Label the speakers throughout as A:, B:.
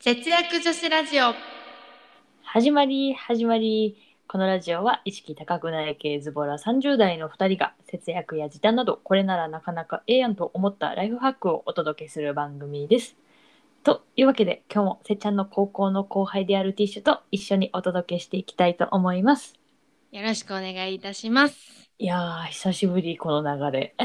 A: 節約女子ラジオ
B: 始まり始まりこのラジオは意識高くない系ズボラ30代の2人が節約や時短などこれならなかなかええやんと思ったライフハックをお届けする番組です。というわけで今日もせっちゃんの高校の後輩であるティッシュと一緒にお届けしていきたいと思います。
A: よろしくお願いいたします
B: いやー久しぶりこの流れ。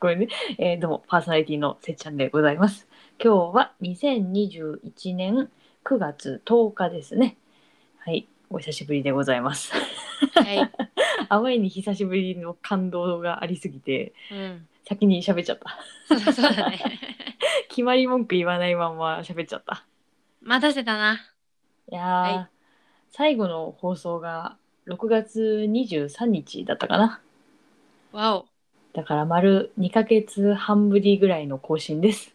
B: これね、えーどうもパーソナリティのせっちゃんでございます。今日は2021年9月10日ですね。はい、お久しぶりでございます。
A: はい、
B: あまりに久しぶりの感動がありすぎて
A: うん、
B: 先に喋っちゃった。
A: そうだそうだね
B: 決まり文句言わないまま喋っちゃった。
A: 待たせたない
B: やー、
A: はい
B: 最後の放送が6月23日だったかな。
A: わお
B: だから丸2ヶ月半ぶりぐらいの更新です。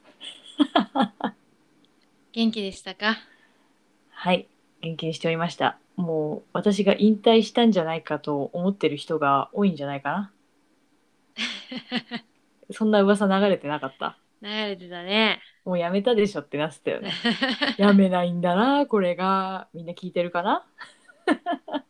A: 元気でしたか
B: はい、元気にしておりました。もう私が引退したんじゃないかと思ってる人が多いんじゃないか な。そんな噂流れてなかった。
A: 流れてたね
B: もうやめたでしょってなってたよね。やめないんだなこれがみんな聞いてるかな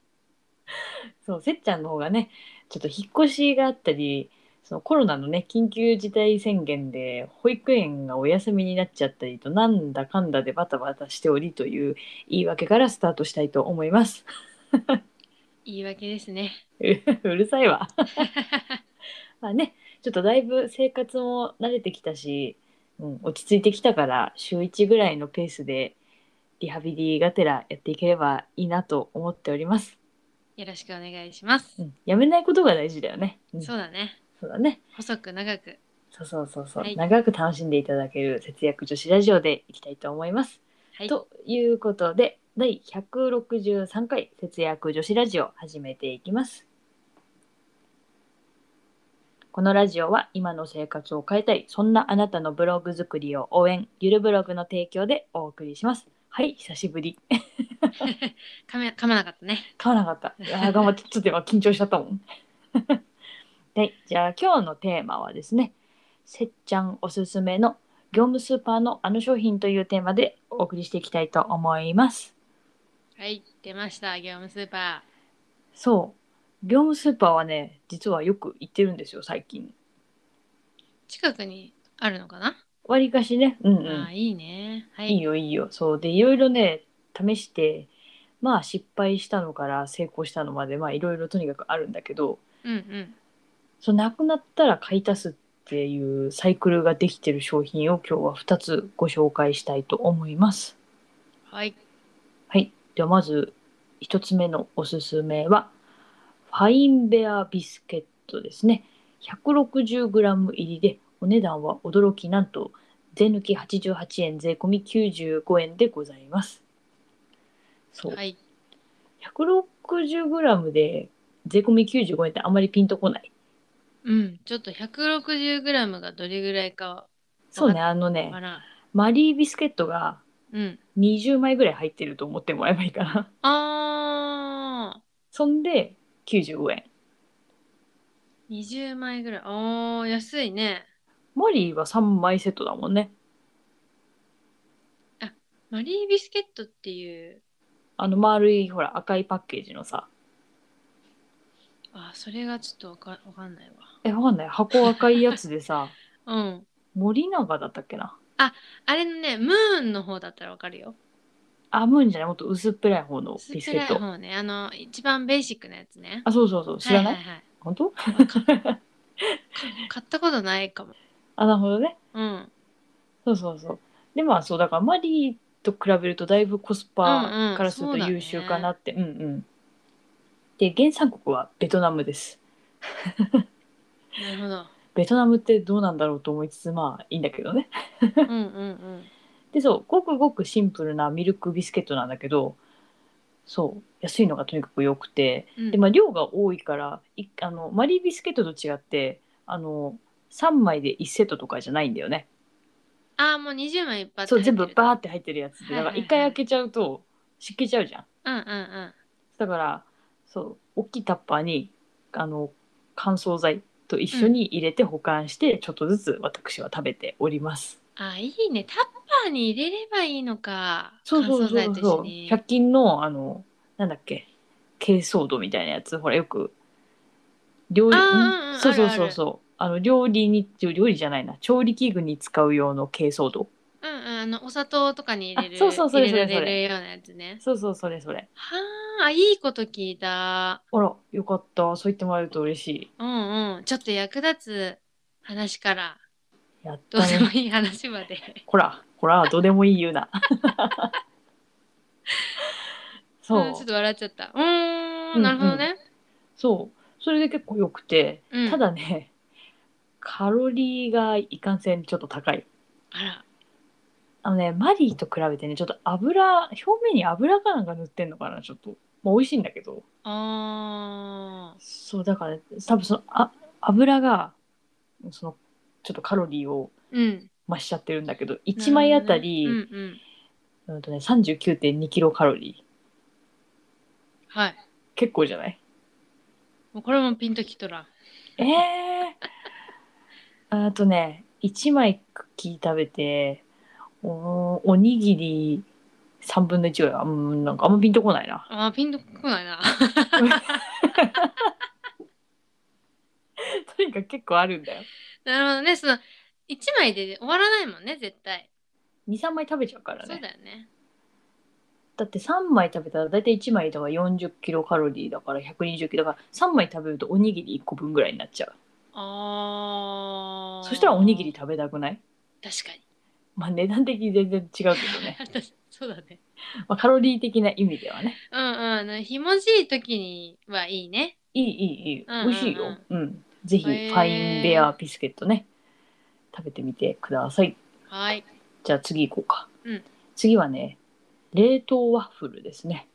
B: そうせっちゃんの方がねちょっと引っ越しがあったりそのコロナのね緊急事態宣言で保育園がお休みになっちゃったりとなんだかんだでバタバタしておりという言い訳からスタートしたいと思います
A: 言い訳ですね
B: うるさ いわまあねちょっとだいぶ生活も慣れてきたし、うん、落ち着いてきたから週1ぐらいのペースでリハビリがてらやっていければいいなと思っております。
A: よろしくお願いします、
B: うん、やめないことが大事だよね。うん、
A: そうだね
B: そうだね。
A: 細く長く
B: そうそうそうそう、
A: はい
B: 長く楽しんでいただける節約女子ラジオでいきたいと思います。
A: はい
B: ということで第163回節約女子ラジオ始めていきます。このラジオは今の生活を変えたいそんなあなたのブログ作りを応援ゆるブログの提供でお送りします。はい久しぶり。
A: 噛め噛まなかったね
B: 買わな かった。いやー頑張ってちょっと今緊張しちゃったもん。 はいじゃあ今日のテーマはですねせっちゃんおすすめの業務スーパーのあの商品というテーマでお送りしていきたいと思います。
A: はい出ました業務スーパ
B: そう。業務スーパーはね、実はよく行ってるんですよ、最近。
A: ー近くにあるのかな、
B: わりかしね、うんう
A: あ
B: ん
A: ー。いいねはい
B: いいよ、いいよ。そう。で、いろいろね、試して、まあ失敗したのから成功したのまで、まあいろいろとにかくあるんだけど、
A: うんうん
B: そのなくなったら買い足すっていうサイクルができてる商品を今日は2つご紹介したいと思います。
A: はい
B: はい。ではまず1つ目のおすすめは、ファインベアビスケットですね。160g 入りで、お値段は驚き、なんと税抜き88円、税込み95円でございます。そう。
A: はい
B: 160g で税込み95円ってあんまりピンとこない。
A: うん、ちょっと 160g がどれぐらいか
B: そうね、あのね
A: わ、からん。
B: マリービスケットが
A: うん。
B: 20枚ぐらい入ってると思ってもらえばいいかな。
A: あ
B: そんで95円。
A: ー、20枚ぐらい。あー、安いね。
B: マリーは3枚セットだもんね。
A: マリービスケットっていう、
B: あの丸いほら赤いパッケージのさ。
A: あー、それがちょっとわかわかんない
B: え、わかんない。箱赤いやつ でさ、
A: わ。うん。
B: 森永だったっけな。
A: あれのね、ムーンの方だったらわかるよ。
B: あ、ムーンじゃない、もっと薄っぺらい方のビス
A: 少
B: ケッ
A: ない
B: ト。
A: 方ね。あの、一番ベーシックなやつね。
B: あ、そうそうそう。知らない、
A: はいはいはい
B: 本当
A: 買ったことないかも。
B: あ、なるほどね。
A: うん。
B: そうそうそう。で、まあそう、だからマリーと比べるとだいぶコス
A: うんう
B: パ
A: ん
B: からする
A: そ
B: と
A: うだね
B: 優秀かなって。うんうん。で、原産国はベトナムです。
A: なるほど。
B: ベトナムってどうなんだろうと思いつつまあいいんだけどね。
A: うんうんうん。
B: でそうごくごくシンプルなミルクビスケットなんだけどそう安いのがとにかく良くて
A: うん
B: で、まあ、量が多いからいあのマリービスケットと違ってあの3枚で1セットとかじゃないんだよね。
A: あー、もう20枚いっぱい
B: そう全部バ
A: ッ。
B: ーって入ってるやつで
A: は
B: だ
A: い
B: か
A: はいはい
B: ら1回開けちゃうと湿気ちゃうじゃん。
A: うんうんうん。
B: だからそう大きいタッパーにあの乾燥剤と一緒に入れて保管してちょっとずつ私は食べております。
A: あ、いいね。タッパーに入れればいいのか。
B: そうそ
A: 乾
B: うそ
A: 燥
B: う
A: 剤
B: そ
A: と
B: う。
A: 一緒に。
B: 100均のあのなんだっけ珪藻土みたいなやつほらよく料理
A: あーうんうん
B: そうそ
A: あ
B: う
A: るある
B: そうそうあの料理に料理じゃないな調理器具に使う用の珪藻土
A: うんうん、あの、お砂糖とかに入れる。
B: あそうそうそれ
A: 入れら
B: それ
A: れ
B: それ
A: るようなやつね。
B: そうそうそれそれ
A: はあ、いいこと聞いた。
B: あらよかったそう言ってもらえると嬉しい
A: うんうん。ちょっと役立つ話から、
B: やっ
A: どう
B: た
A: でも
B: ね
A: いい話まで。
B: ほらほらどうでもいい言う なそう、
A: んちょっと笑っちゃった。うーん、なるほどね。
B: そうそれで結構よくて、
A: うん
B: ただねカロリーがいかんせんちょっと高い
A: あら。
B: あのね、マリーと比べてね、ちょっと油、表面に油かなんか塗ってんのかな、ちょっと。まあ、美味しいんだけど。
A: あ
B: そう、だから、ね、多分その、あ、油が、その、ちょっとカロリーを
A: ー。うん。
B: 増しちゃってるんだけど、1枚あたり、
A: なるほどねうんうん。
B: うんとね、39.2キロカロリー。
A: はい。
B: 結構じゃない
A: もうこれもピンときとらん。
B: ええー。あとね、1枚クッキー食べて、おおにぎり3分の1ぐらいは、うん、なんかあんまピンとこないな。
A: あー、ピンとこないな。
B: とにかく結構あるんだよ。
A: なるほどね。その、一枚で終わらないもんね、絶対。
B: 23枚食べちゃうから
A: そう
B: ねだ
A: だよね。
B: って3枚食べたら大体1枚だから40キロカロリーだから120キロだから3枚食べるとおにぎり1個分ぐらいになっちゃ
A: あ
B: う
A: あ。
B: そしたらおにぎり。食べたくない
A: 確かに。
B: まあ値段的に全然違うけどね、
A: 私 そうだね。
B: まあ、カロリー的な意味ではね
A: うんうんあの。ひもじい時にはいいね。
B: いいいいいい、
A: うんうんうん
B: 美味しいようんぜひフ
A: へー
B: ァインベアビスケットね食べてみてください
A: はい。
B: じゃあ次行こうか、
A: うん
B: 次はね冷凍ワッフルですね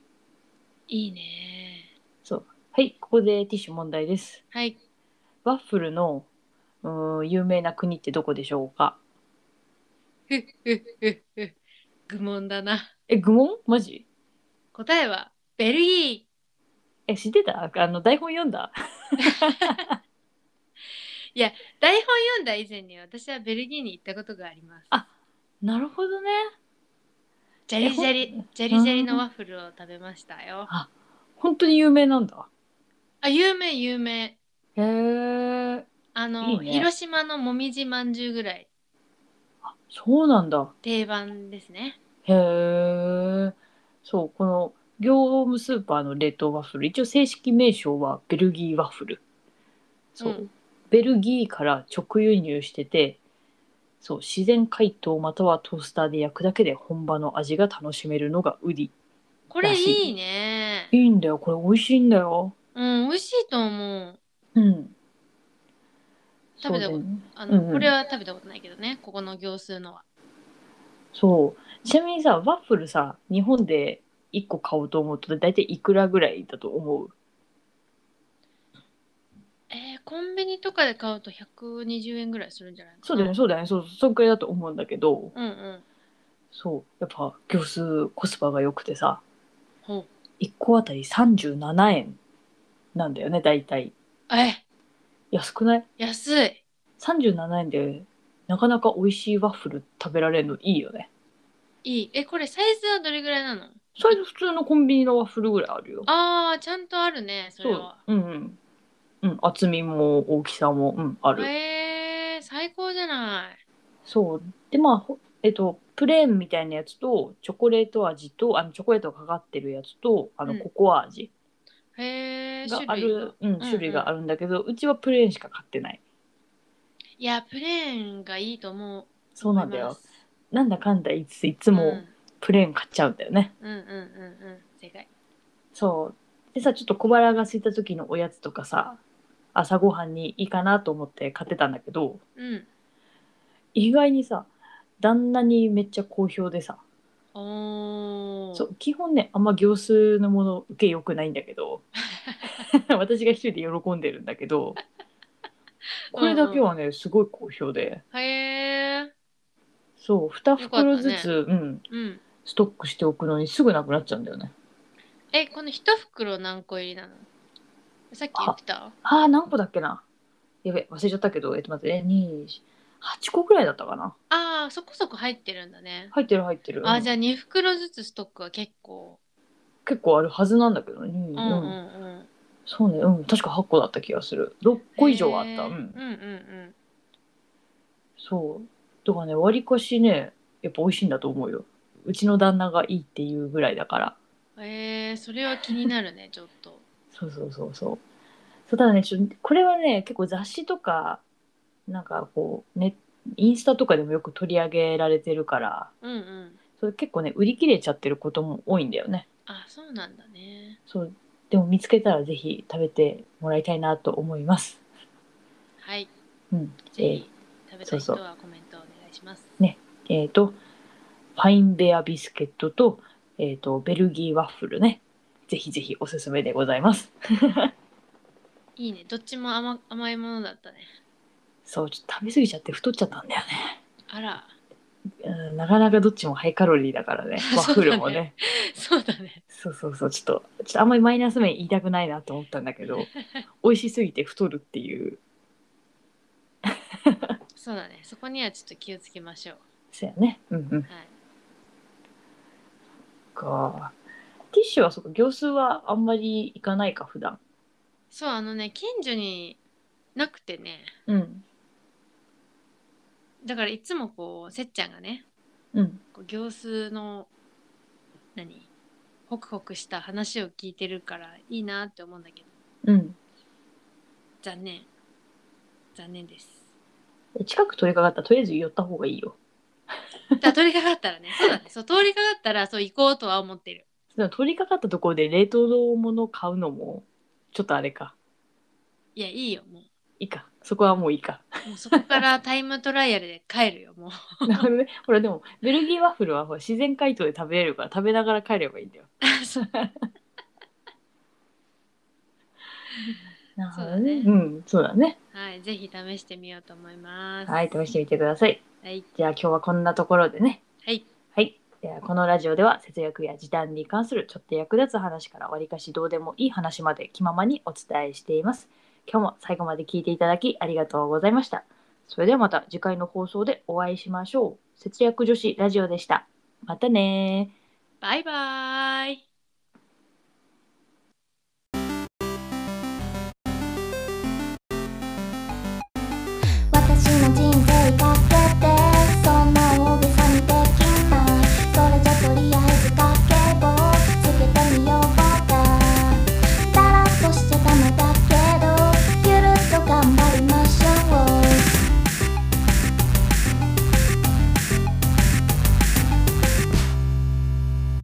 A: いいね。
B: はいここでティッシュ問題です
A: はい。
B: ワッフルのうーん有名な国ってどこでしょうか
A: ふっふっふっふ。愚問だな。
B: え、愚問マジ
A: 答えは、ベルギ
B: え、知ってたあの、台本読んだ
A: ー。台本読んだ以前に私はベルギーに行ったことがあります。
B: あなるほどね。
A: ジャリジャ
B: えほ
A: リ
B: ん、
A: ジャリジャリのワッフルを食べましたよ。
B: 本当に有名なんだ。
A: あ、有名、有名。
B: へえ。
A: あの、
B: いいね
A: 広島のもみじまんじゅうぐらい
B: そうなんだ。
A: 定番ですね。
B: へえ。そう、この業務スーパーの冷凍ワッフル、一応正式名称はベルギーワッフル。そう。
A: うん
B: ベルギーから直輸入してて、そう自然解凍またはトースターで焼くだけで本場の味が楽しめるのが売り
A: これいいね。
B: いいんだよこれ美味しいんだよ
A: うん、美味しいと思う。
B: うん
A: 食べたこと
B: そうだよね
A: あの、
B: うんうん
A: これは食べたことないけどね。ここの行数のは。
B: そうちなみにさワッフルさ日本で1個買おうと思うと大体いくらぐらいだと思う
A: えー、コンビニとかで買うと120円ぐらいするんじゃないかな
B: そうだよねそうだよねそうそんくらいだと思うんだけど
A: うんうん。
B: そうやっぱ業数コスパが良くてさ
A: ほう。
B: 1個あたり37円なんだよね大体
A: え、
B: 安くない
A: 安い。
B: ?37 円でなかなか美味しいワッフル食べられるのいいよね
A: いい。え、これサイズはどれぐらいなの
B: それで普通のコンビニのワッフルぐらいあるよ
A: ああ、ちゃんとあるね、それ
B: そう
A: は。
B: うんうんうん厚みも大きさも、うん、ある
A: えー、最高じゃない。
B: そうでまあほえっとプレーンみたいなやつとチョコレート味とあのチョコレートがかかってるやつとあ
A: う
B: の
A: ん
B: ココア味
A: へえ、
B: が
A: 種
B: あ
A: 類
B: る
A: が、
B: うん
A: ん
B: 種類があるんだけど、うちはプレーンしか買ってない
A: いや、プレーンがいいと思う。
B: そうなんだよ
A: 思います。
B: なんだかんだいついつ
A: で
B: もプレーン買っちゃうんだよね、
A: うん、うんうんうんうん。正解。
B: そうでさちょっと小腹が空いた時のおやつとかさ朝ごはんにいいかなと思って買ってたんだけど
A: うん。
B: 意外にさ旦那にめっちゃ好評でさ
A: おー。
B: そう基本ねあんま行数のもの受けよくないんだけ ど私が一人で喜んでるんだけどこれだけはねすごい好評で
A: へえ。
B: そう2袋ずつ、うん、
A: うん。
B: ストックしておくのにすぐなくなっちゃうんだよね
A: え、この一袋何個入りなのさっき言ってた
B: あー何個だっけなやべ忘れちゃったけどえっと待ってね2 8個くらいだったかな
A: ああ、そこそこ入ってるんだね。
B: 入ってる入ってる
A: あーじゃ
B: ゃ
A: あ2袋ずつストックは結構。
B: 結構あるはずなんだけどね、
A: う
B: う
A: んんうんうん。
B: そうねうん確か8個だった気がする6個以上はあった、
A: へー
B: う
A: うんん、うんうん。
B: そうとかねわりかしねやっぱ美味しいんだと思うようちの旦那がいいっていうぐらいだから
A: えー、それは気になるね、 ちょっと。
B: そうそうそうそうそうただねちょこれはね結構雑誌とかなんかこうねインスタとかでもよく取り上げられてるから
A: うんうん。
B: それ結構ね売り切れちゃってることも多いんだよね
A: あ、そうなんだね。
B: そうでも見つけたらぜひ食べてもらいたいなと思います
A: はい。
B: うん
A: ぜひ食べ
B: そ
A: た
B: う
A: い
B: そ
A: 人
B: う
A: はコメントお願いします。
B: えっ、とファインベアビスケットと,、えー、とベルギーワッフルねぜひぜひおすすめでございます
A: いいね。どっちも甘甘いものだったね。
B: そうちょっと食べ過ぎちゃって太っちゃったんだよね
A: あら、
B: うんなかなかどっちもハイカロリーだ からねワッフルも
A: そうだ
B: ね
A: そうだね。
B: そうそうそうちょっとちょっとあんまりマイナス面言いたくないなと思ったんだけど美味しすぎて太るっていう
A: そうだね。そこにはちょっと気をつけましょう。
B: そうやねうんうん
A: はい。
B: かティッシュはそっか行数はあんまりいかないか普段
A: そう、あのね、近所になくてね。
B: うん
A: だからいつもこう、せっちゃんがね、
B: うん
A: こう行数の、何ホクホクした話を聞いてるからいいなって思うんだけど、
B: うん
A: 残念。残念です。
B: 近く通りかかったらとりあえず寄った方がいいよ
A: だ通りかかったらね、 そうだね。そう、通りかかったら、そう、行こうとは思ってる。
B: でも通りかかったところで冷凍のもの買うのもちょっとあれか
A: いや、いいよ、もう。
B: いいかそこはもういいか
A: もうそこからタイムトライアルで帰るよ、もう。
B: なるほどねほらでもベルギーワッフルはほら自然解凍で食べれるから食べながら帰ればいいんだよ
A: そう
B: なる
A: ほどね
B: うんそうだね
A: はい、ぜひ試してみようと思います。
B: はい試してみてください
A: はい、
B: じゃあ今日はこんなところでね
A: はい、
B: はい。ではこのラジオでは節約や時短に関するちょっと役立つ話からわりかしどうでもいい話まで気ままにお伝えしています。今日も最後まで聞いていただきありがとうございました。それではまた次回の放送でお会いしましょう。節約女子ラジオでした。またねー。
A: バイバーイ。